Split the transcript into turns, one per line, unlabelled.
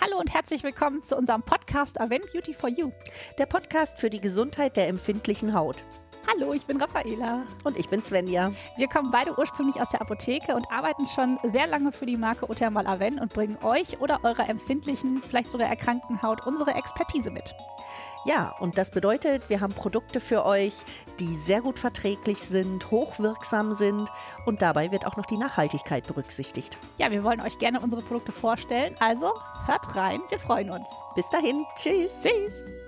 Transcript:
Hallo und herzlich willkommen zu unserem Podcast Avent Beauty for You.
Der Podcast für die Gesundheit der empfindlichen Haut.
Hallo, ich bin Raffaela.
Und ich bin Svenja.
Wir kommen beide ursprünglich aus der Apotheke und arbeiten schon sehr lange für die Marke Othermal Aven und bringen euch oder eurer empfindlichen, vielleicht sogar erkrankten Haut unsere Expertise mit.
Ja, und das bedeutet, wir haben Produkte für euch, die sehr gut verträglich sind, hochwirksam sind und dabei wird auch noch die Nachhaltigkeit berücksichtigt.
Ja, wir wollen euch gerne unsere Produkte vorstellen, also hört rein, wir freuen uns.
Bis dahin, tschüss.
Tschüss!